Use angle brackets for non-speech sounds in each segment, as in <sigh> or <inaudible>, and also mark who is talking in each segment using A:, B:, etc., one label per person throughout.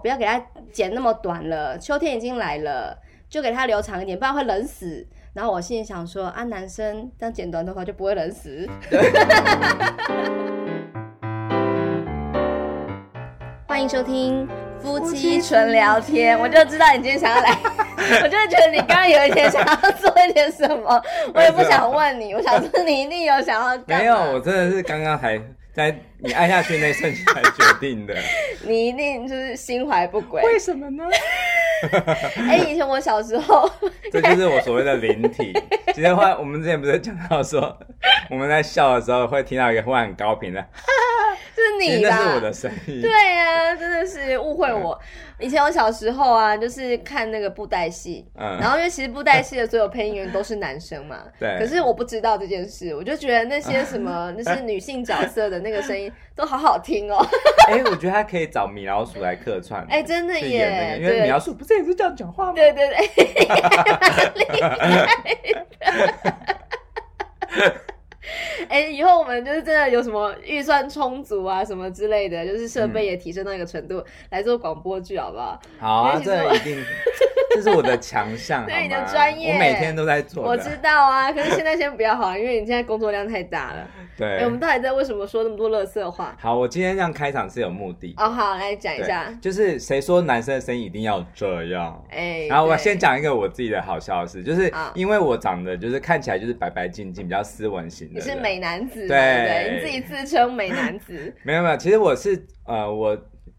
A: 不要给它剪那么短了，秋天已经来了，就给它留长一点，不然会冷死。然后我心里想说啊，男生这样剪短头发就不会冷死。 <laughs> 欢迎收听夫妻纯聊天，我就知道你今天想要
B: <laughs>
A: 来，我就觉得你刚刚有一天想要做一点什
B: <laughs>
A: 么，我也不想问你，我
B: 啊
A: 想说你一定有想要干嘛
B: 没有，我真的是刚刚还在你按下去那瞬间才决
A: <laughs>
B: 定的。
A: 你一定就是心怀不轨。
B: 什么呢？
A: <laughs> 哎、以前我小时候，
B: 这就是我所谓的灵体。其实话，我们之前不是讲到说，我们在笑的时候会听到一个忽然很高频的，
A: 是
B: 其实
A: 你吧？
B: 那是我的声音。
A: 对啊，真的是误会我。以前我小时候啊，就是看那个布袋戏，
B: 嗯
A: 然后因为其实布袋戏的所有配音员都是男生嘛，
B: 对
A: 可是我不知道这件事，我就觉得那些什
B: <laughs>
A: 么那些女性角色的那个声音都好好听哦。
B: 哎、我觉得他可以找米老鼠来客串。
A: 哎真的
B: 去
A: 耶
B: 演那个因为
A: 对
B: 米老鼠不是也是这样讲话吗？
A: 对对对，
B: <laughs>
A: 哎、以后我们就是真的有什么预算充足啊，什么之类的，就是设备也提升到一个程
B: 嗯
A: 度、来做广播剧，好不好？
B: 好啊
A: 尤，其是我
B: 这一
A: <laughs>
B: 定，这是我的强项，
A: 对你的
B: 好吗
A: 专业
B: 我每天都在做的。
A: 我知道啊，可是现在先不要好了，因为你现在工作量太大了。
B: 对、
A: 哎、我们到底在为什么说那么多乐色话？
B: 好，我今天这样开场是有目的。
A: 哦，好，来讲一
B: 对，
A: 下。
B: 就是谁说男生的声音一定要这样？
A: 哎，
B: 然后我
A: 对
B: 先，讲一个我自己的好笑事，就是
A: 啊
B: 因为我长得就是看起来就是白白净净，比较斯文型的
A: 你
B: 人。
A: 是美男子嘛，
B: 对
A: 对不对，你自己自称美男
B: <laughs>
A: 子
B: 没有没有，其实我是呃我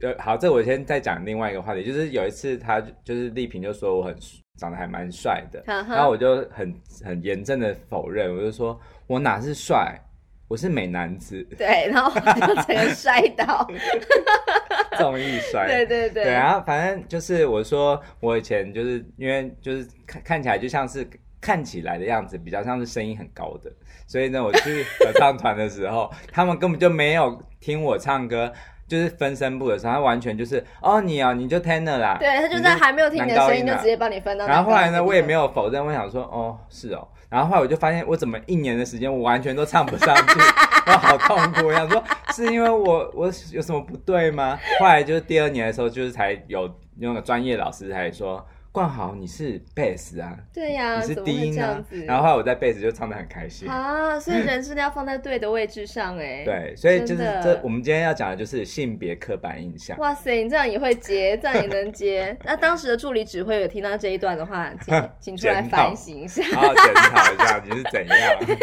B: 呃好，这我先再讲另外一个话题，就是有一次他就就是丽萍就说我很长得还蛮帅的，
A: 嗯哼
B: 然后我就很很严正的否认，我就说我哪是帅，我是美男子，
A: <laughs>
B: <laughs>
A: 对，然后我就整个摔倒，
B: 综艺帅。
A: 对对对，
B: 对，然后反正就是我说，我以前就是因为就是看看起来就像是看起来的样子，比较像是声音很高的，所以呢，我去合唱团的时候，他们根本就没有听我唱歌，就是分声部的时候，他完全就是哦你哦你就 tenor 啦，
A: 对他就在还没有听你的声音
B: 男高音
A: 就
B: 啊
A: 直接帮你分到。
B: 然后后来呢，我也没，有否认，我想说，哦，是哦。然后后来我就发现，我怎么一年的时间我完全都唱不上
A: <laughs>
B: 去，我好痛苦。我想说，是因为我我有什么不对吗？后来就是第二年的时候，就是才有那个专业老师才说，冠豪你是贝斯啊，
A: 对呀，
B: 你是
A: 怎么
B: 低
A: 会这
B: 音啊
A: 样子。。
B: 然后后来我在贝斯就唱得很开心。
A: 啊，所以人是要放在对的位置上，哎，。
B: 对，所以就
A: 真
B: 是
A: 的
B: 这，我们今天要讲的就是性别刻板印象。
A: 哇塞，你这样也会接，这样也能接。那当时的助理指挥有听到这一段的话，
B: <laughs>
A: 请请出来
B: 检讨
A: 反省一下。
B: 好好检讨一下你是怎样。
A: <laughs>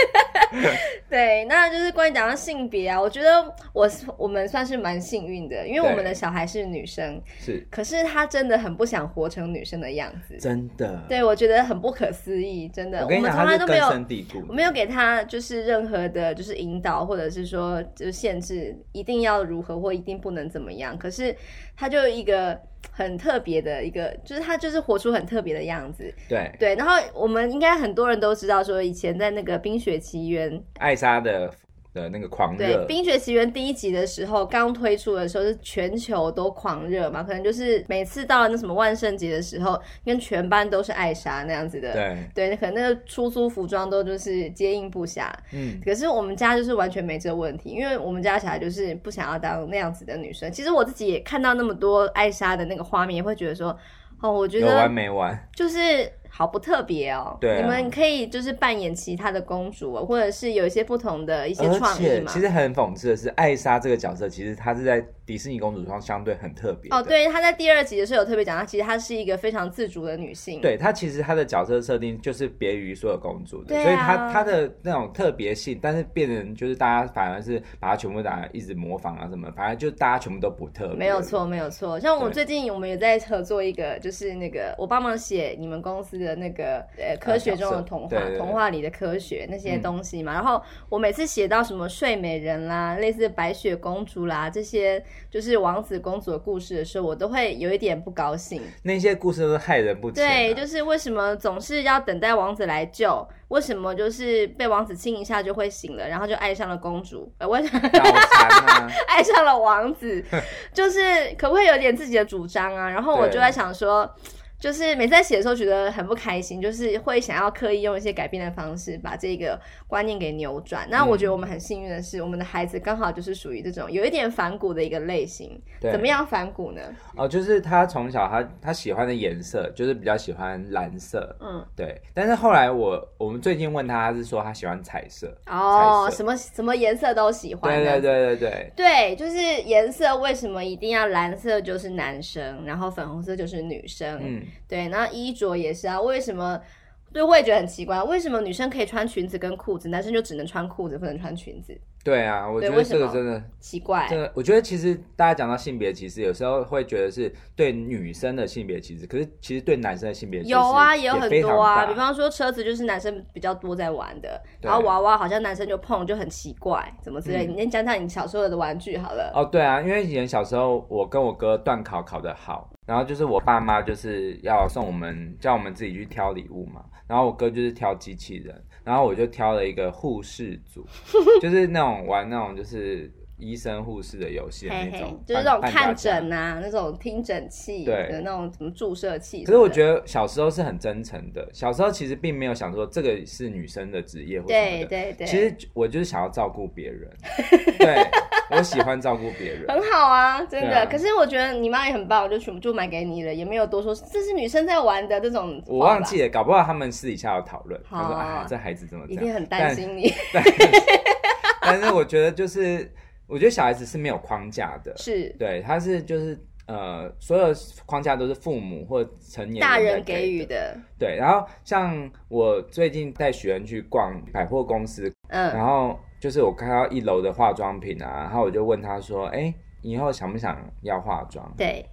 A: 对，那就是关于讲到性别啊，我觉得我是我们算是蛮幸运的，因为我们的
B: 对
A: 小孩是女生，
B: 是
A: 可是她真的很不想活成女生的样子。
B: 真的。
A: 对，我觉得很不可思议，真的，
B: 我
A: 我
B: 跟你
A: 们
B: 讲，
A: 从
B: 它
A: 来
B: 是
A: 都没
B: 根
A: 有
B: 深蒂固的。
A: 我没有给她就是任何的，就是引导或者是说就是限制，一定要如何或一定不能怎么样。可是她就一个很特别的一个，就是她就是活出很特别的样子。
B: 对，
A: 对，然后我们应该很多人都知道，说以前在那个《冰雪奇缘》
B: 艾莎的的那个狂
A: 对，
B: 热，
A: 《冰雪奇缘》第一集的时候，刚推出的时候是全球都狂热嘛，可能就是每次到了那什么万圣节的时候，跟全班都是艾莎那样子的。
B: 对，
A: 对，可能那个出租服装都就是接应不暇。
B: 嗯，
A: 可是我们家就是完全没这个问题，因为我们家小孩就是不想要当那样子的女生。其实我自己也看到那么多艾莎的那个画面，也会觉得说，哦，我觉
B: 有完
A: 得
B: 没完？
A: 就是好不特别哦。
B: 对啊
A: 你们可以就是扮演其他的公主、哦，或者是有一些不同的一些
B: 而
A: 创意
B: 且
A: 嘛。
B: 其实很讽刺的是，艾莎这个角色其实她是在迪士尼公主上相对很特别的
A: 哦，，对，她在第二集的时候有特别讲到，其实她是一个非常自主的女性。，
B: 对她其实她的角色设定就是别于所有公主的，
A: 对啊
B: 所以她她的那种特别性，但是变成就是大家反而是把她全部打一直模仿啊什么，反正就大家全部都不特别，
A: 没有，错，没有错。像我
B: 对
A: 最近我们也在合作一个，就是那个我帮忙写你们公司的那个呃科学中的童话
B: 啊角色对，对对
A: 童话里的科学那些
B: 嗯
A: 东西嘛。然后我每次写到什么睡美人啦，类似白雪公主啦这些就是王子公主的故事的时候，我都会有一点不高兴。
B: 那些故事都是害人不浅啊、
A: 对，就是为什么总是要等待王子来救？为什么就是被王子亲一下就会醒了，然后就爱上了公主？呃，为什么？
B: 脑残啊，
A: <laughs> 爱上
B: <laughs>
A: 了王子，就是可不可以有点自己的主张啊？然后我就在想说，就是每次在写的时候觉得很不开心，就是会想要刻意用一些改变的方式把这个观念给扭转。那我觉得我们很幸运的是，我们的孩子刚好就是属于这种有一点反骨的一个类型。
B: 对
A: <laughs> 怎么样反骨呢？
B: 哦，就是他从小他他喜欢的颜色就是比较喜欢蓝色，
A: 嗯，
B: 对。但是后来我我们最近问他，他是说他喜欢彩色。
A: 哦，
B: 彩色
A: 什么什么颜色都喜欢
B: 对
A: 的。
B: 对对对对，
A: 对，就是颜色为什么一定要蓝色就是男生，然后粉红色就是女生？
B: 嗯，
A: 对，然后衣着也是啊，为什么？对，我也觉得很奇怪，为什么女生可以穿裙子跟裤子，男生就只能穿裤子，不能穿裙子？
B: 对啊，我
A: 对
B: 觉得
A: 为什
B: 这个
A: 么哎
B: 真的
A: 奇怪
B: 这。个我觉得其实大家讲到性别歧视，有时候会觉得是对女生的性别歧视，可是其实对男生的性别歧视
A: 有啊，也
B: 也
A: 有很
B: 非常
A: 多啊，
B: 大
A: 比方说车子就是男生比较多在玩的，
B: 对嗯
A: 然后娃娃好像男生就碰就很奇怪，怎么之类的。你先讲讲你小时候的玩具好了。
B: 哦，对啊，因为以前小时候我跟我哥段考考得好，然后就是我爸妈就是要送我们叫我们自己去挑礼物嘛，然后我哥就是挑机器人，然后我就挑了一个护士组，就是那种玩那种就是医生护士的游戏的
A: 嘿
B: 那
A: 嘿
B: 种，，
A: 就是那种
B: 扮扮家
A: 看
B: 家
A: 诊啊，那种听诊器
B: 对
A: 的那种什么注射器什么的。
B: 可是我觉得小时候是很真诚的，小时候其实并没有想说这个是女生的职业或什么
A: 对
B: 的。
A: 对对，
B: 其实我就是想要照顾别人，对我喜欢照顾别人。
A: <laughs> 很好啊，真
B: 对
A: 的。
B: 啊
A: 可是我觉得你妈也很棒，我就全部就买给你了，也没有多说这是女生在玩的这种。
B: 我忘，记了，搞不好他们私底下有讨论，
A: 好
B: 他说：“哎，这孩子怎么这
A: 一定
B: 样
A: 很担心你。？”
B: <laughs> 但是我觉得就是，我觉得小孩子是没有框架的，
A: <laughs> 是
B: <laughs> 对，他是就是呃，所有框架都是父母或成年
A: 大
B: 人
A: 人
B: 在
A: 给予
B: 的。
A: 的，
B: 对，然后像我最近带学员去逛百货公司，
A: 嗯，
B: 然后就是我看到一楼的化妆品啊，然后我就问他说：“哎、你以后想不想要化妆？”
A: 对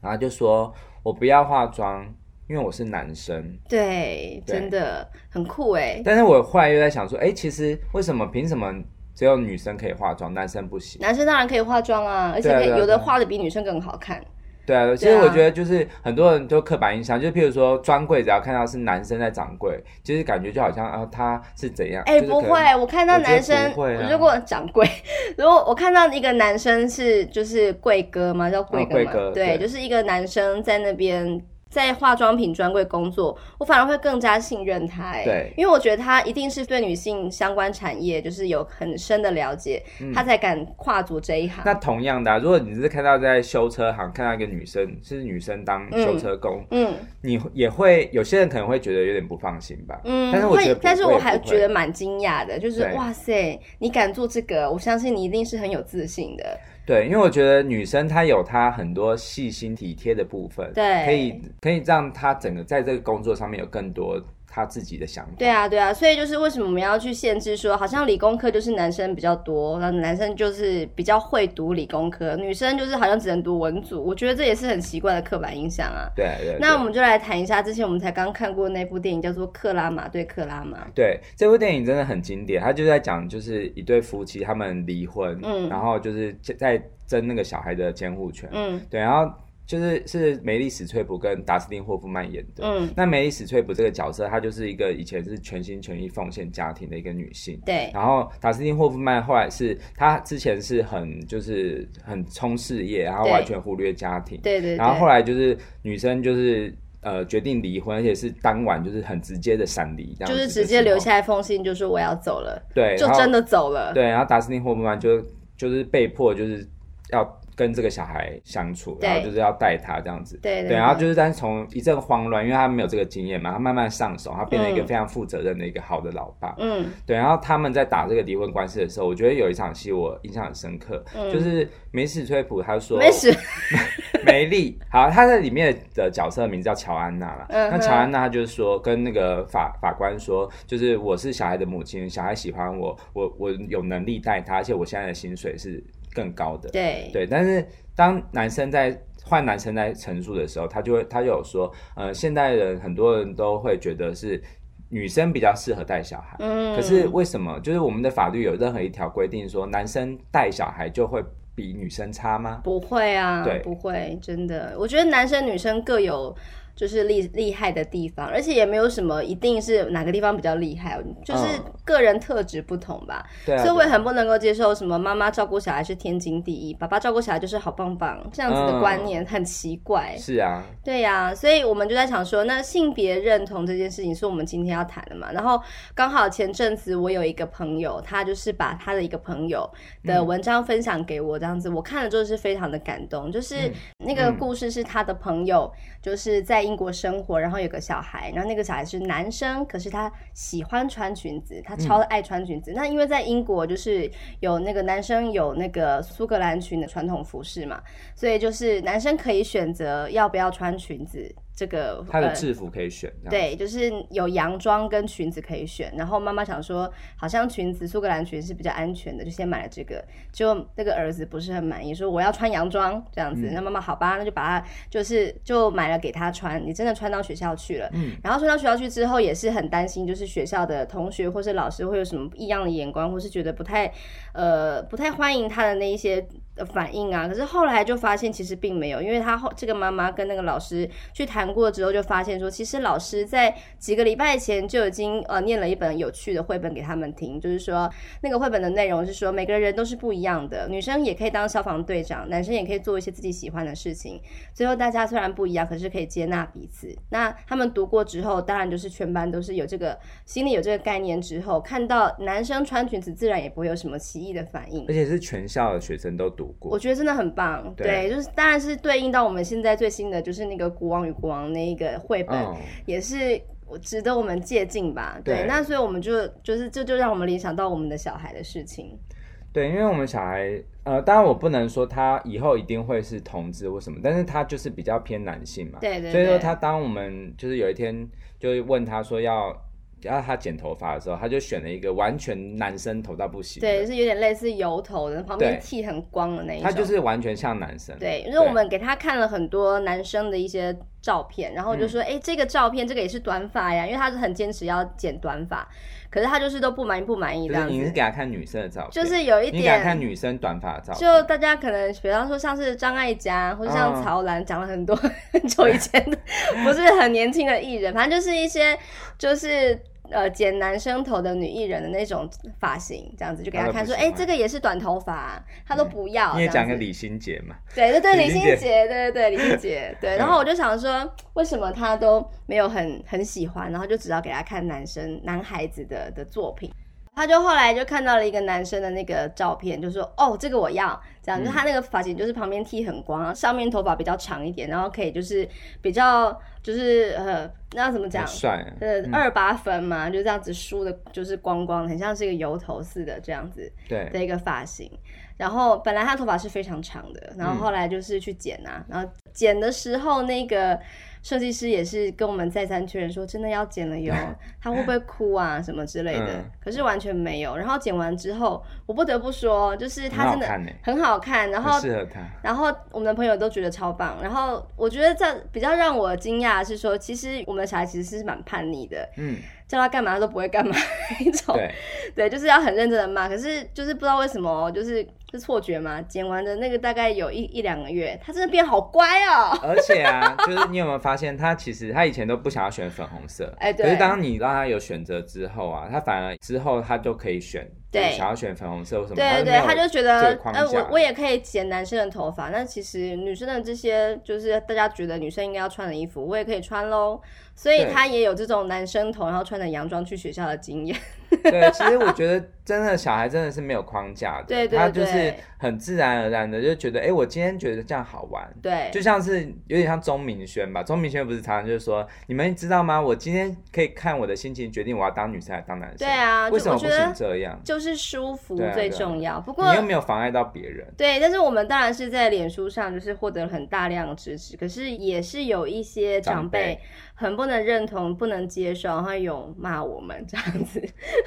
B: 然后他就说：“我不要化妆，因为我是男生。
A: 对，
B: 对
A: 真的很酷哎”。
B: 但是我后来又在想说：“哎，其实为什么？凭什么只有女生可以化妆，男生不行
A: 男生当然可以化妆啊，而且
B: 对啊
A: 可以
B: 对啊
A: 有的
B: 对啊
A: 画的比女生更好看。？”
B: 对啊，其
A: 对
B: 实
A: 啊
B: 我觉得就是很多人都刻板印象，就譬如说专柜只要看到是男生在掌柜，其实感觉就好像啊他是怎样？
A: 哎、
B: 就是
A: 不
B: 可能
A: 会，我看到
B: 我觉得
A: 男生，
B: 不会啊
A: 如果掌柜，如果我看到一个男生是就是贵哥嘛，叫贵哥
B: 哦贵
A: 嘛，
B: 哥
A: 对，
B: 对
A: 就是一个男生在那边。在化妆品专柜工作，我反而会更加信任他、哎
B: 对
A: 因为我觉得他一定是对女性相关产业就是有很深的了解，他才敢跨足这一行。
B: 嗯那同样的啊、如果你是看到在修车行看到一个女生是女生当修车工，
A: 嗯
B: 你也会有些人可能会觉得有点不放心吧。
A: 嗯，
B: 但是我觉
A: 会
B: 得不，
A: 但是我还
B: 不会
A: 觉得蛮惊讶的，就是
B: 对
A: 哇塞，你敢做这个，我相信你一定是很有自信的。
B: 对，因为我觉得女生她有她很多细心体贴的部分，
A: 对
B: 可以可以让她整个在这个工作上面有更多她自己的想法。
A: 对啊，对啊，所以就是为什么我们要去限制说，好像理工科就是男生比较多，然后男生就是比较会读理工科，女生就是好像只能读文组。我觉得这也是很奇怪的刻板印象啊。
B: 对对对
A: 那我们就来谈一下，之前我们才刚看过那部电影叫做《克拉玛对克拉玛》。
B: 对这部电影真的很经典，它就在讲就是一对夫妻他们离婚，
A: 嗯
B: 然后就是在争那个小孩的监护权，
A: 嗯
B: 对，然后就是是梅丽史翠普跟达斯汀霍夫曼演的。
A: 嗯，
B: 那梅丽史翠普这个角色，她就是一个以前是全心全意奉献家庭的一个女性。
A: 对，
B: 然后达斯汀霍夫曼后来是她之前是很就是很冲事业，然后
A: 对
B: 完全忽略家庭。
A: 对对对。
B: 然后后来就是女生就是呃决定离婚，而且是当晚就是很直接的闪离，这样
A: 就是
B: 子的
A: 直接
B: 时候
A: 留下一封信，就说我要走了，
B: 对，
A: 就
B: 然后
A: 真的走了。
B: 对，然后达斯汀霍夫曼就就是被迫就是要跟这个小孩相处，
A: 对
B: 然后就是要带他这样子。
A: 对对
B: 对，然后就是，但是从一阵慌乱，因为他没有这个经验嘛，他慢慢上手，他变成一个
A: 嗯
B: 非常负责任的一个好的老爸。
A: 嗯
B: 对，然后他们在打这个离婚官司的时候，我觉得有一场戏我印象很深刻，
A: 嗯
B: 就是梅史翠普他说
A: 没事，
B: <laughs> 梅丽，好，她在里面的角色名字叫乔安娜啦。
A: 嗯哼
B: 那乔安娜她就是说跟那个法法官说，就是我是小孩的母亲，小孩喜欢我，我我有能力带他，而且我现在的薪水是更高的。
A: 对
B: 对，但是当男生在换男生在陈述的时候，他就会他就有说，呃，现代人很多人都会觉得是女生比较适合带小孩，
A: 嗯
B: 可是为什么就是我们的法律有任何一条规定说男生带小孩就会比女生差吗？
A: 不会啊
B: 对，
A: 不会，真的。我觉得男生女生各有就是厉厉害的地方，而且也没有什么一定是哪个地方比较厉害，就是
B: 嗯
A: 个人特质不同吧。
B: 对啊，
A: 所以我也
B: 对啊
A: 很不能够接受什么妈妈照顾小孩是天经地义，爸爸照顾小孩就是好棒棒这样子
B: 嗯
A: 的观念，很奇怪。
B: 是啊，
A: 对呀、所以我们就在想说，那性别认同这件事情是我们今天要谈的嘛？然后刚好前阵子我有一个朋友，他就是把他的一个朋友的文章分享给我，这样子、我看了就是非常的感动。就是那个故事是他的朋友就是在英国生活，然后有个小孩，然后那个小孩是男生，可是他喜欢穿裙子，他超爱穿裙子。那因为在英国就是有那个男生有那个苏格兰裙的传统服饰嘛，所以就是男生可以选择要不要穿裙子，这个
B: 他的
A: 呃
B: 制服可以选，这样
A: 对，就是有洋装跟裙子可以选。然后妈妈想说，好像裙子苏格兰裙是比较安全的，就先买了这个。结果那个儿子不是很满意，说我要穿洋装这样
B: 嗯
A: 子。那妈妈好吧，那就把它就是就买了给他穿。你真的穿到学校去了，
B: 嗯
A: 然后穿到学校去之后，也是很担心，就是学校的同学或是老师会有什么异样的眼光，或是觉得不太呃不太欢迎他的那一些呃反应啊。可是后来就发现其实并没有，因为他后这个妈妈跟那个老师去谈过之后，就发现说，其实老师在几个礼拜前就已经呃念了一本有趣的绘本给他们听，就是说那个绘本的内容是说每个人都是不一样的，女生也可以当消防队长，男生也可以做一些自己喜欢的事情。最后大家虽然不一样，可是可以接纳彼此。那他们读过之后，当然就是全班都是有这个心里有这个概念之后，看到男生穿裙子，自然也不会有什么奇异的反应
B: 而。且是全校的学生都读
A: 我
B: 过，
A: 觉得真的很棒，
B: 对
A: 对，就是当然是对应到我们现在最新的就是那个《国王与国王》那一个绘本，
B: 嗯，
A: 也是我值得我们借鉴吧。对，
B: 对
A: 那所以我们就就是这就让我们联想到我们的小孩的事情。
B: 对，因为我们小孩，呃，当然我不能说他以后一定会是同志或什么，但是他就是比较偏男性嘛，
A: 对对
B: 所以说
A: 对
B: 他当我们就是有一天就是问他说要要他剪头发的时候，他就选了一个完全男生头到不行的，
A: 对，是有点类似油头的，旁边
B: 对
A: 剃很光的那一种。
B: 他就是完全像男生，
A: 对，因为我们给他看了很多男生的一些照片，然后
B: 嗯
A: 我就说，哎、这个照片这个也是短发呀，因为他是很坚持要剪短发，可是他就是都不满意，不满意
B: 就
A: 这
B: 是
A: 样
B: 你是
A: 子，
B: 给他看女生的照片，
A: 就是有一
B: 你给他看
A: 点。
B: 女生短发的照片，
A: 就大家可能，比方说像是张艾嘉，或者像
B: 嗯
A: 曹澜，讲了很多很久以前的，不是很年轻的艺人，反正就是一些就是呃剪男生头的女艺人的那种发型，这样子就给
B: 他
A: 他
B: 都
A: 看
B: 不
A: 说，
B: 喜
A: 哎、
B: 欢
A: 这个也是短头发啊、他都不要。
B: 你也
A: 这样
B: 讲个
A: 子
B: 李心洁嘛，
A: 对对对，
B: 李
A: 李
B: 心
A: 心
B: 洁嗯
A: 洁，对对对，李心洁，对。然后我就想说，为什么他都没有很很喜欢，然后就只要给他看男生男孩子的的作品。他就后来就看到了一个男生的那个照片，就说：“哦，这个我要。”这
B: 嗯
A: 样，就他那个发型就是旁边剃很光，然后上面头发比较长一点，然后可以就是比较就是呃，那怎么讲
B: 很？帅、啊，
A: 呃，二八分嘛，就这样子梳的，就是光光的，很像是一个油头似的这样子。
B: 对，
A: 的一个发型。然后本来他头发是非常长的，然
B: 嗯
A: 后后来就是去剪啊，然后剪的时候那个设计师也是跟我们再三确认说，真的要剪了
B: <laughs>
A: 哟，他会不会哭啊什么之类的
B: 嗯，
A: 可是完全没有。然后剪完之后，我不得不说，就是他真的
B: 很好看
A: 很好看，
B: 欸
A: 然后
B: 很适合他。
A: 然后我们的朋友都觉得超棒。然后我觉得这比较让我惊讶的是说，其实我们的小孩其实是蛮叛逆的，
B: 嗯，
A: 叫他干嘛他都不会干嘛 <laughs> 那种。
B: 对，
A: 对，就是要很认真的骂。可是就是不知道为什么哦，就是是错觉嘛。剪完的那个大概有一一两个月，他真的变好乖哦。
B: 而且啊， <laughs> 就是你有没有发现，他其实他以前都不想要选粉红色，
A: 哎对
B: 可是当你让他有选择之后啊，他反而之后他就可以选，
A: 对
B: 就是想要选粉红色或什么，
A: 对对对，他
B: 他
A: 就觉
B: 这
A: 得
B: 个，框架
A: 呃，我我也可以剪男生的头发，那其实女生的这些就是大家觉得女生应该要穿的衣服，我也可以穿喽。所以
B: 对
A: 他也有这种男生头，然后穿着洋装去学校的经验。
B: 没有对。其实我觉得真的小孩真的是没有框架的，
A: 对对
B: 他就是
A: 对
B: 很自然而然的就觉得，哎、我今天觉得这样好玩。
A: 对，
B: 就像是有点像钟明轩吧，钟明轩不是常常就是说，你们知道吗？我今天可以看我的心情决定我要当女生还是当男生。
A: 对啊就
B: 为什么
A: 我
B: 不
A: 觉
B: 行
A: 得
B: 这样？
A: 就是舒服
B: 对啊
A: 最
B: 对啊
A: 重要。不过
B: 你又没有妨碍到别
A: <laughs>
B: 人。
A: 对，但是我们当然是在脸书上就是获得了很大量的支持，可是也是有一些长
B: 长
A: 辈很不能认同、不能接受，然后有骂我们这样子。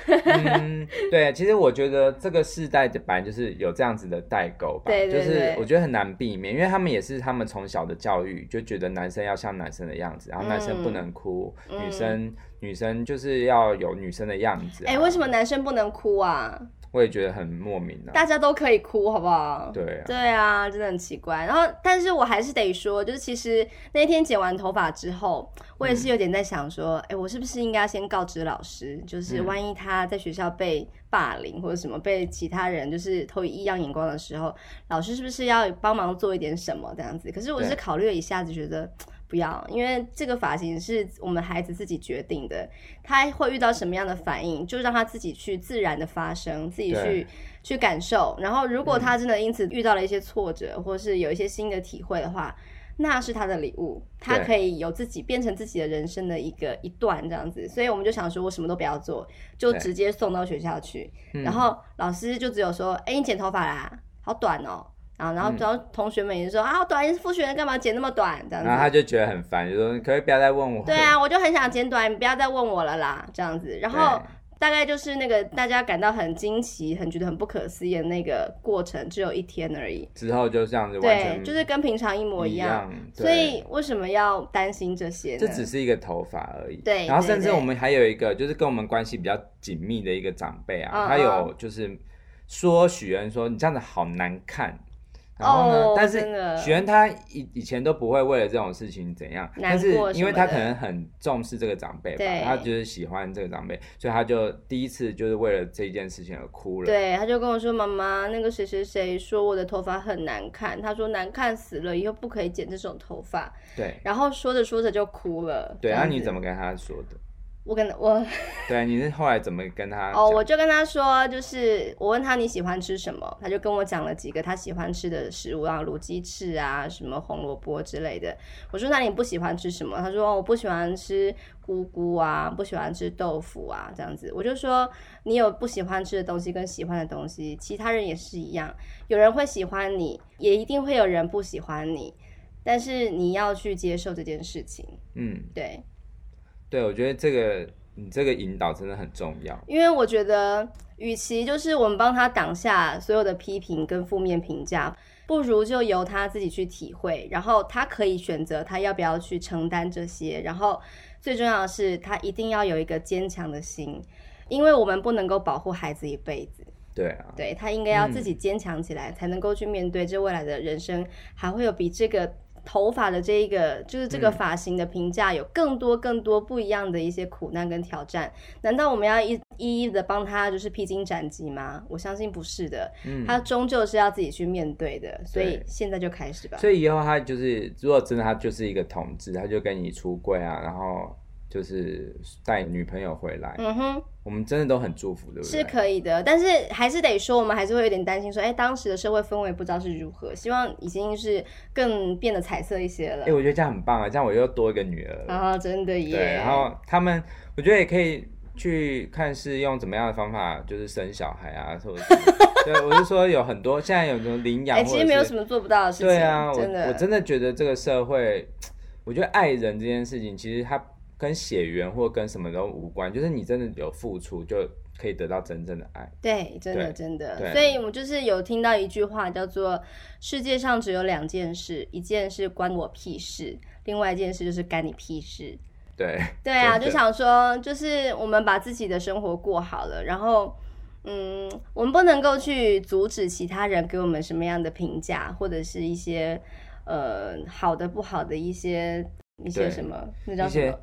A: <laughs>
B: 嗯，对，其实我觉得这个世代的本来就是有这样子的代沟吧，
A: 对对
B: 就是
A: 对
B: 我觉得很难避免，因为他们也是他们从小的教育就觉得男生要像男生的样子，然后男生不能哭，
A: 嗯
B: 女生女生就是要有女生的样子、啊。
A: 哎哎、为什么男生不能哭啊？
B: 我也觉得很莫名啊。
A: 大家都可以哭，好不好？
B: 对啊，
A: 对啊，真的很奇怪。然后，但是我还是得说，就是其实那天剪完头发之后，我也
B: 嗯
A: 是有点在想说，哎、我是不是应该先告知老师，就是
B: 嗯
A: 万一他在学校被霸凌或者什么被其他人就是投以异样眼光的时候，老师是不是要帮忙做一点什么这样子？可是我
B: 对
A: 是考虑了一下子，觉得。不要，因为这个发型是我们孩子自己决定的，他会遇到什么样的反应，就让他自己去自然的发生，自己去
B: 对嗯
A: 去感受。然后，如果他真的因此遇到了一些挫折，或是有一些新的体会的话，那是他的礼物，他
B: 对
A: 可以有自己变成自己的人生的一个一段这样子。所以我们就想说，我什么都不要做，就
B: 对
A: 直接送到学校去。
B: 嗯
A: 然后老师就只有说：“哎、你剪头发啦，好短哦。”然后，然后，
B: 嗯
A: 然后同学们也说：“啊，好短，你是复学的，干嘛剪那么短？”这样子。
B: 然后他就觉得很烦，就说你可不可以不要再问我。
A: 对，啊，我就很想剪短，你不要再问我了啦，这样子。然后
B: 对
A: 大概就是那个大家感到很惊奇、很觉得很不可思议的那个过程，只有一天而已。
B: 之后就这样子完
A: 对，
B: 全
A: 就是跟平常一模
B: 一
A: 一样。
B: 对
A: 所以为什么要担心这些呢？
B: 这只是一个头发而已。
A: 对
B: 然后
A: 对
B: 甚至
A: 对
B: 我们还有一个就是跟我们关系比较紧密的一个长辈啊，
A: 嗯
B: 他有
A: 嗯
B: 就是说许恩说你这样子好难看。然后呢？
A: 哦
B: 但
A: 真的
B: 是许恩他以以前都不会为了这种事情怎样，
A: 难
B: 但是
A: 过什
B: 因为
A: 么
B: 他
A: 的
B: 可能很重视这个长辈吧
A: 对，
B: 他就是喜欢这个长辈，所以他就第一次就是为了这件事情而哭了。
A: 对，他就跟我说：“妈妈，那个谁谁谁说我的头发很难看，他说难看死了，以后不可以剪这种头发。
B: 对”
A: 然后说着说着就哭了。
B: 对，
A: 这
B: 那
A: 样
B: 你
A: 子
B: 怎？么跟他说的？
A: 我跟我
B: 对，啊你是后来怎么跟他？
A: 哦，我就跟他说，就是我问他你喜欢吃什么，他就跟我讲了几个他喜欢吃的食物啊，卤鸡翅啊，什么红萝卜之类的。我说那你不喜欢吃什么？他说、哦我不喜欢吃菇菇啊，不喜欢吃豆腐啊，这样子。我就说你有不喜欢吃的东西跟喜欢的东西，其他人也是一样，有人会喜欢你，也一定会有人不喜欢你，但是你要去接受这件事情，
B: 嗯，
A: 对。
B: 对，我觉得这个你这个引导真的很重要。
A: 因为我觉得，与其就是我们帮他挡下所有的批评跟负面评价，不如就由他自己去体会，然后他可以选择他要不要去承担这些，然后最重要的是，他一定要有一个坚强的心，因为我们不能够保护孩子一辈子，
B: 对啊，
A: 对他应该要自己坚强起来，才能够去面对这未来的人生，还会有比这个。头发的这一个，就是这个
B: 嗯
A: 发型的评价，有更多更多不一样的一些苦难跟挑战。难道我们要一一一的帮他就是披荆斩棘吗？我相信不是的，
B: 嗯，
A: 他终究是要自己去面对的。所以现在就开始吧。
B: 所以以后他就是，如果真的他就是一个同志，他就跟你出柜啊，然后就是带女朋友回来，
A: 嗯哼，
B: 我们真的都很祝福，对不对？
A: 是可以的，但是还是得说，我们还是会有点担心，说，哎，当时的社会氛围不知道是如何，希望已经是更变得彩色一些了
B: 哎、。我觉得这样很棒啊，这样我又多一个女儿了。
A: 然后真的
B: 对，
A: 哦耶，
B: 然后他们，我觉得也可以去看是用怎么样的方法，就是生小孩啊，或者
A: <laughs>
B: 是对，我是说有很多现在有什么领养，
A: 哎，其实没有什么做不到的事情，
B: 对啊，我
A: 真的，
B: 我真的觉得这个社会，我觉得爱人这件事情，其实它跟血缘或跟什么都无关，就是你真的有付出，就可以得到真正的爱。
A: 对，真的
B: 对
A: 真的，
B: 对
A: 所以我就是有听到一句话叫做“世界上只有两件事，一件是关我屁事，另外一件事就是干你屁事”。
B: 对，
A: 对啊，
B: 真的
A: 就想说，就是我们把自己的生活过好了，然后，嗯，我们不能够去阻止其他人给我们什么样的评价，或者是一些呃好的不好的一些一些
B: 对
A: 什么，那叫
B: 一
A: 什
B: 些
A: 么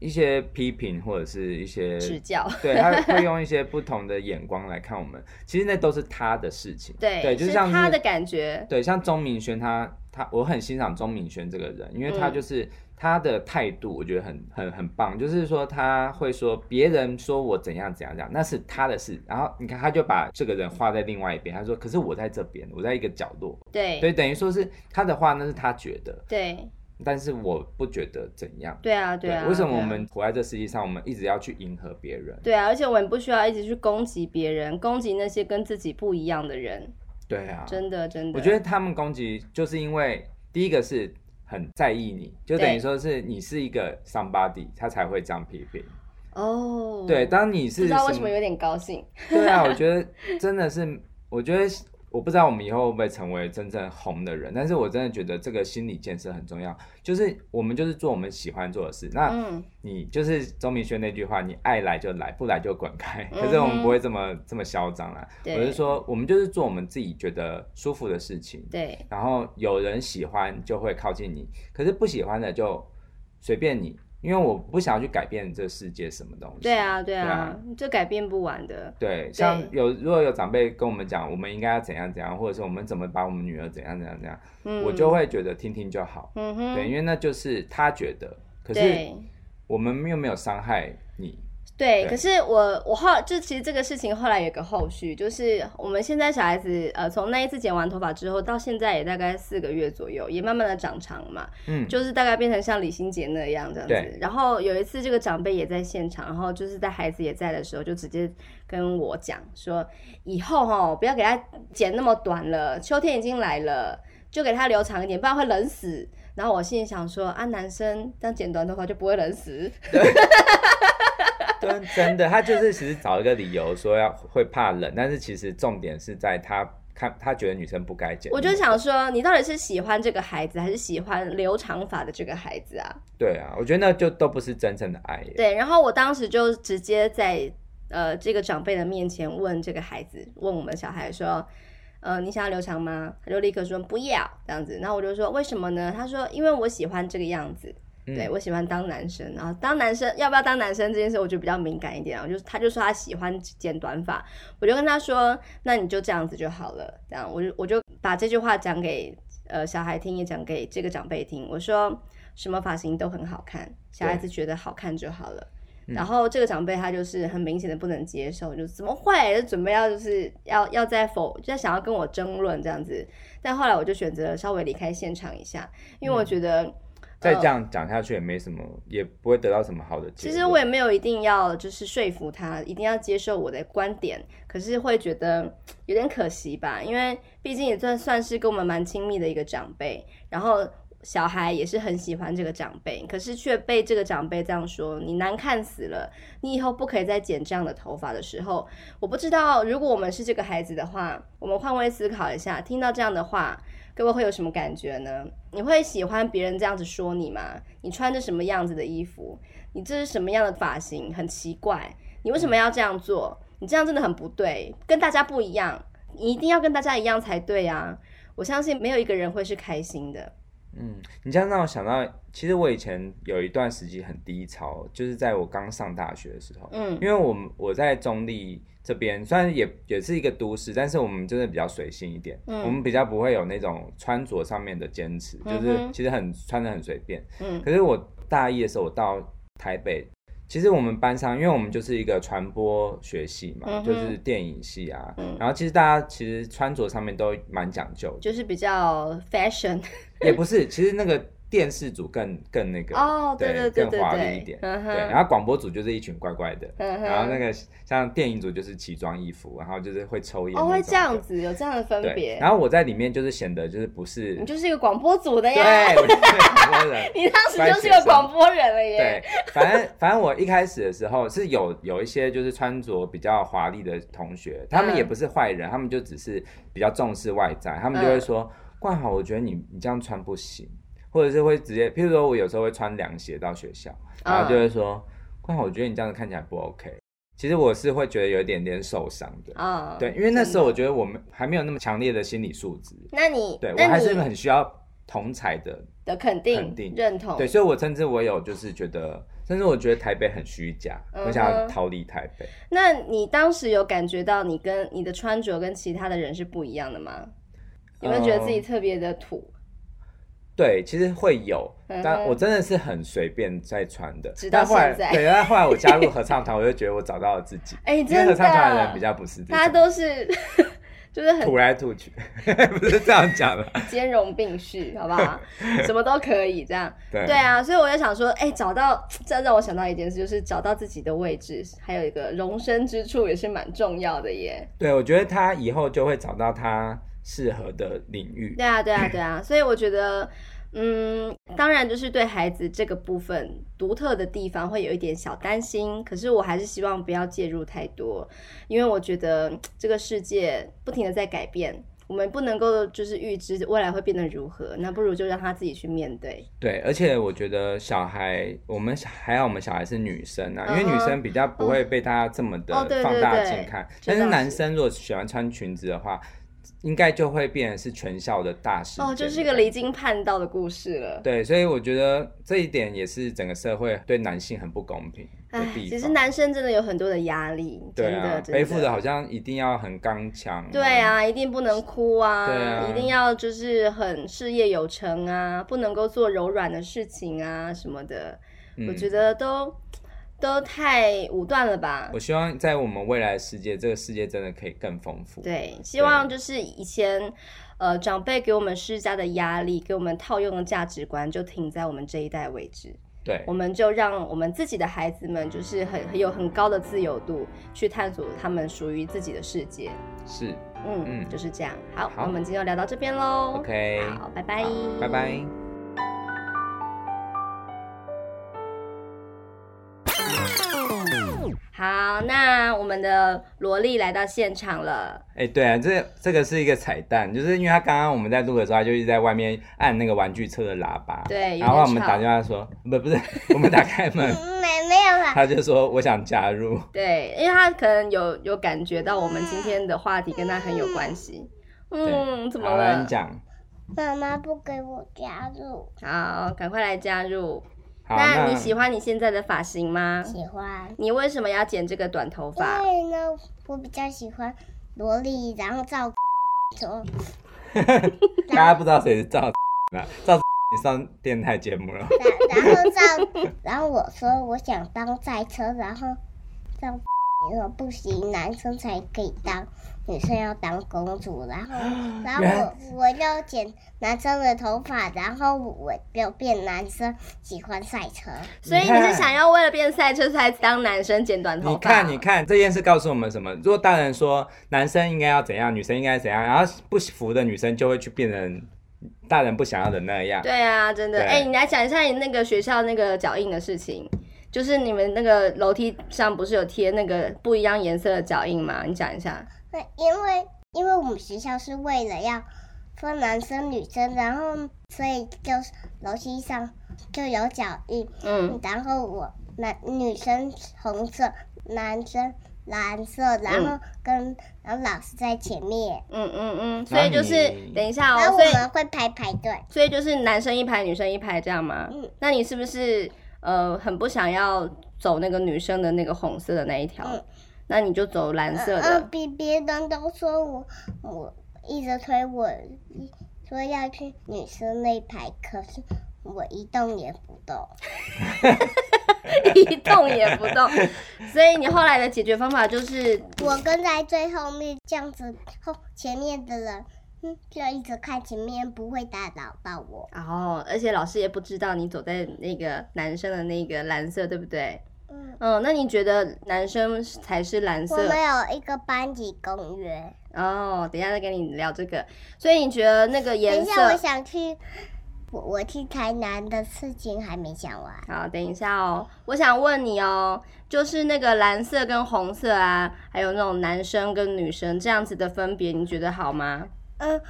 B: 一些批评或者是一些
A: 指教。
B: 对，
A: <laughs>
B: 他会用一些不同的眼光来看我们，其实那都是他的事情。
A: 对，
B: 就是
A: 是
B: 像
A: 他
B: 是
A: 的感觉，
B: 对，像钟明轩他他，我很欣赏钟明轩这个人，因为他
A: 嗯
B: 就是、他的态度，我觉得很很很棒。就是说他会说别人说我怎样怎样怎样，那是他的事。然后你看他就把这个人画在另外一边，他说可是我在这边，我在一个角落，
A: 对
B: 对，等于说是他的话那是他觉得，
A: 对
B: 但是我不觉得怎样。
A: 对啊对啊，
B: 为什么
A: 对
B: 我
A: 啊
B: 们活在这世界上，我们一直要去迎合别人？
A: 对啊，而且我们不需要一直去攻击别人，攻击那些跟自己不一样的人，
B: 对啊，
A: 真的真的。
B: 我觉得他们攻击就是因为第一个是很在意你，就等于
A: 对
B: 说是你是一个 somebody，他才会这样批评。
A: 哦，
B: 对，当你
A: 不
B: 是
A: 知道为
B: 什 <laughs>
A: 什么有点高兴，
B: 对啊，我觉得真的是，我觉得我不知道我们以后会不会成为真正红的人，但是我真的觉得这个心理建设很重要，就是我们就是做我们喜欢做的事。那
A: 嗯，
B: 你就是周明轩那句话，你爱来就来，不来就滚开。可是我
A: 嗯哼
B: 们不会这么这么嚣张啦，
A: 对
B: 我是说我们就是做我们自己觉得舒服的事情，
A: 对，
B: 然后有人喜欢就会靠近你，可是不喜欢的就随便你，因为我不想要去改变这世界什么东西。
A: 对啊，对
B: 对
A: 啊
B: 啊，
A: 这改变不完的。
B: 对，像有如果有长辈跟我们讲，我们应该要怎样怎样，或者是我们怎么把我们女儿怎样怎样怎样，
A: 嗯，
B: 我就，会觉得听听就好，
A: 嗯哼，
B: 对，因为那就是他觉得，可是
A: 对
B: 我们又没有伤害你，
A: 对，
B: 对
A: 可是我我后就其实这个事情后来有个后续，就是我们现在小孩子呃从那一次剪完头发之后到现在也大概四个月左右，也慢慢的长长嘛，
B: 嗯，
A: 就是大概变成像李心洁那样这样子
B: 对。
A: 然后有一次这个长辈也在现场，然后就是在孩子也在的时候，就直接跟我讲说，以后哈不要给他剪那么短了，秋天已经来了，就给他留长一点，不然会冷死。然后我心里想说啊，男生这样剪短头发就不会冷死，
B: 真真的，他就是其实找一个理由说要会怕冷，但是其实重点是在他看他觉得女生不该剪，
A: 我就想说，你到底是喜欢这个孩子，还是喜欢留长发的这个孩子啊？
B: 对啊，我觉得那就都不是真正的爱耶，
A: 对，然后我当时就直接在呃这个长辈的面前问这个孩子，问我们小孩说。呃，你想要留长吗？他就立刻说不要这样子，然后我就说为什么呢？他说因为我喜欢这个样子，
B: 嗯
A: 对我喜欢当男生，然后当男生要不要当男生这件事，我就比较敏感一点啊。我就他就说他喜欢剪短发，我就跟他说，那你就这样子就好了。这样，我就我就把这句话讲给呃小孩听，也讲给这个长辈听。我说什么发型都很好看，小孩子觉得好看就好了。
B: 嗯
A: 然后这个长辈他就是很明显的不能接受，就怎么会就准备要就是要要在否就在想要跟我争论这样子，但后来我就选择稍微离开现场一下，因
B: 嗯
A: 为我觉得、
B: 再
A: 呃
B: 这样讲下去也没什么，也不会得到什么好的
A: 其
B: 结果。
A: 实我也没有一定要就是说服他，一定要接受我的观点，可是会觉得嘖有点可惜吧，因为毕竟也算算是跟我们蛮亲密的一个长辈，然后小孩也是很喜欢这个长辈，可是却被这个长辈这样说，你难看死了，你以后不可以再剪这样的头发的时候，我不知道如果我们是这个孩子的话，我们换位思考一下，听到这样的话，各位会有什么感觉呢？你会喜欢别人这样子说你吗？你穿着什么样子的衣服？你这是什么样的发型？很奇怪，你为什
B: 嗯
A: 么要这样做？你这样真的很不对，跟大家不一样，你一定要跟大家一样才对啊！我相信没有一个人会是开心的。
B: 嗯，你这样让我想到，其实我以前有一段时期很低潮，就是在我刚上大学的时候，
A: 嗯
B: 因为我们我在中立这边，虽然也也是一个都市，但是我们真的比较随性一点，
A: 嗯
B: 我们比较不会有那种穿着上面的坚持，就
A: 嗯
B: 是
A: 哼
B: 其实很穿的很随便。
A: 嗯
B: 可是我大一的时候，我到台北，其实我们班上，因为我们就是一个传播学系嘛，
A: 嗯哼
B: 就是电影系啊，
A: 嗯
B: 然后其实大家其实穿着上面都蛮讲究的。
A: 就是比
B: <laughs>
A: 较 fashion
B: 也不是，其实那个电视组更更那个
A: 哦对对对
B: 更华
A: 对对
B: 丽一点，
A: 嗯哼
B: 对。然后广播组就是一群乖乖的，
A: 嗯哼
B: 然后那个像电影组就是奇装异服，然后就是会抽烟那
A: 哦，
B: 种的，
A: 会这样子，有这样的分
B: 对。
A: 别。
B: 然后我在里面就是显得就是不是
A: 你就是一个广播组的呀，
B: 对，我
A: <laughs>
B: 就是很多人
A: 你当时就是个广播人了耶。
B: 对，反正反正我一开始的时候是有有一些就是穿着比较华丽的同学，他们
A: 嗯
B: 也不是坏人，他们就只是比较重视外在，他
A: 嗯
B: 们就会说：“冠豪，我觉得你你这样穿不行。”或者是会直接，譬如说我有时候会穿凉鞋到学校，然
A: 嗯
B: 后就会说：“冠豪，我觉得你这样子看起来不 OK。”其实我是会觉得有一点点受伤的，
A: 啊、
B: 对，因为那时候我
A: 真的，
B: 觉得我们还没有那么强烈的心理素质，
A: 那你
B: 对我
A: 那
B: 还
A: 你
B: 是很需要同才的
A: 的肯定、
B: 肯定
A: 认同，
B: 对，所以我甚至我有就是觉得，甚至我觉得台北很虚假，
A: 嗯哼
B: 我想要逃离台北。
A: 那你当时有感觉到你跟你的穿着跟其他的人是不一样的吗？有没有觉得自己特别的土？
B: 嗯对，其实会有，
A: 嗯哼
B: 但我真的是很随便在穿的。
A: 直到
B: 但后来，
A: 现在
B: 对，但后来我加
A: <laughs>
B: 入合唱团，我就觉得我找到了自己。
A: 哎、
B: 因为
A: 真
B: 合
A: 的，
B: 唱团的人比较不是这种，
A: 大家都是 <laughs> 就是很
B: 吐来吐去， <laughs> 不是这样讲的。
A: 兼容并蓄，好不
B: <laughs>
A: 好？什么都可以这样。
B: 对
A: 对啊，所以我就想说，哎、找到这让我想到一件事，就是找到自己的位置，还有一个容身之处也是蛮重要的耶。
B: 对我觉得他以后就会找到他适合的领域。
A: 对啊，对啊，对啊，所以我觉得。嗯，当然就是对孩子这个部分独特的地方会有一点小担心，可是我还是希望不要介入太多，因为我觉得嗯这个世界不停的在改变，我们不能够就是预知未来会变得如何，那不如就让他自己去面对。
B: 对，而且我觉得小孩，我们小还好，我们小孩是女生啊，因为
A: 嗯哼
B: 女生比较不会被大家这么的
A: 哦对对
B: 放大
A: 对
B: 镜看。
A: 这
B: 但是
A: 倒
B: 男
A: 是
B: 生如果喜欢穿裙子的话，应该就会变成是全校的大事
A: 哦，就
B: 件
A: 是
B: 的
A: 个
B: 感
A: 离经叛道的故事了。
B: 对，所以我觉得这一点也是整个社会对男性很不公平的
A: 唉，
B: 地方。
A: 其实男生真的有很多的压力，真
B: 对
A: 的，
B: 啊，
A: 真
B: 背负的好像一定要很刚强。
A: 对，啊，一定不能哭啊，
B: 对啊
A: 一定要就是很事业有成啊，不能够做柔软的事情啊什么的，
B: 嗯、
A: 我觉得都都太武断了吧
B: 我。希望在我们未来的世界，这个世界真的可以更丰富。
A: 对，希望就是以前呃长辈给我们施加的压力，给我们套用的价值观，就停在我们这一代为止。
B: 对
A: 我们就让我们自己的孩子们，就是很很有很高的自由度，去探索他们属于自己的世界。
B: 是
A: 嗯，
B: 嗯
A: 就是这样。好，
B: 好
A: 那我们今天就聊到这边喽。
B: OK，
A: 哦好，拜拜
B: 好，拜。拜。
A: 好，那我们的萝莉来到现场了。
B: 哎、对啊，这这个是一个彩蛋，就是因为他刚刚我们在录的时候，他就一直在外面按那个玩具车的喇叭，
A: 对有
B: 然后
A: 点
B: 我们
A: 吵
B: 打电话说，不不是，我们打开
A: <laughs>
B: 门，
C: 没没有了，
B: 他就说我想加入，
A: 对，因为他可能有有感觉到我们今天的话题跟他很有关系。嗯，怎么
B: 好来
A: 了
B: 你？讲，
C: 妈妈不给我加入，
A: 好，赶快来加入。
B: 好，
A: 那
B: 那
A: 你喜欢你现在的发型吗？
C: 喜欢。
A: 你为什么要剪这个短头发？
B: 嗯
C: 因为呢，我比较喜欢萝莉，然后照说，
B: 大家不知道谁是赵啊，赵你上电台节目了，
C: 然然后照， <laughs> 然后我说我想当赛车，然后照你说不行，男生才可以当，女生要当公主，然后然后我我就剪男生的头发，然后我就变男生，喜欢赛车。
A: <laughs> 所以
B: 你
A: 你
B: 看
A: 是想要为了变赛车才当男生剪短头发？
B: 你看你看这件事告诉我们什么？如果大人说男生应该要怎样，女生应该怎样，然后不服的女生就会去变成大人不想要的那样，
A: 对啊，真的。
B: 对
A: 哎、你来讲一下你那个学校那个脚印的事情，就是你们那个楼梯上不是有贴那个不一样颜色的脚印吗？你讲一下。
C: 对，因为因为我们学校是为了要分男生女生，然后所以就是楼梯上就有脚印，
A: 嗯，
C: 然后我男女生红色，男生蓝色，然后跟、然后老师在前面，
A: 嗯嗯嗯，所以就是
B: 那你
A: 等一下
C: 然
A: 哦，所
C: 后我
A: 以
C: 们会排排队，
A: 所以就是男生一排，女生一排这样吗？
C: 嗯
A: 那你是不是呃很不想要走那个女生的那个红色的那一条？
C: 嗯
A: 那你就走蓝色
C: 嗯，
A: 的。
C: 嗯比别人都说我我一直推我说要去女生那一排，可是我一动也不动。嗯
A: <laughs> 一动也不动。所以你后来的解决方法就是，
C: 我跟在最后面这样子，后前面的人，嗯，就一直看前面，不会打扰到我。
A: 然、后而且老师也不知道你走在那个男生的那个蓝色，对不对？
C: 嗯，
A: 嗯，那你觉得男生才是蓝
C: 我
A: 色？
C: 们有一个班级公约。
A: 哦，等一下再跟你聊这个。所以你觉得那个
C: 等
A: 颜
C: 一下，我
A: 色？
C: 想去，我我去台南的事情还没讲完。
A: 好，等一下哦，我想问你哦，就是那个蓝色跟红色啊，还有那种男生跟女生这样子的分别，你觉得好吗？
C: 嗯，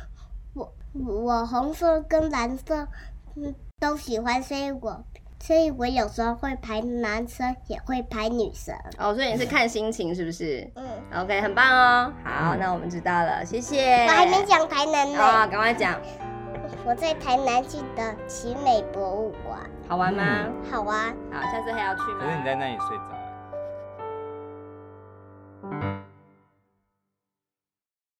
C: 我我红色跟蓝色，嗯，都喜欢，所以我所以我有时候会排男生，也会排女生。
A: 哦，所以你是看心情是不是
C: 嗯，
A: ？OK，很棒哦。好，那我们知道了，谢谢。
C: 我还没讲台南呢，
A: 啊、赶快讲，
C: 我在台南去的奇美博物馆。
A: 好玩吗？
C: 好啊。啊
A: 好，下次还要去吗？
B: 可是你在那里睡着了。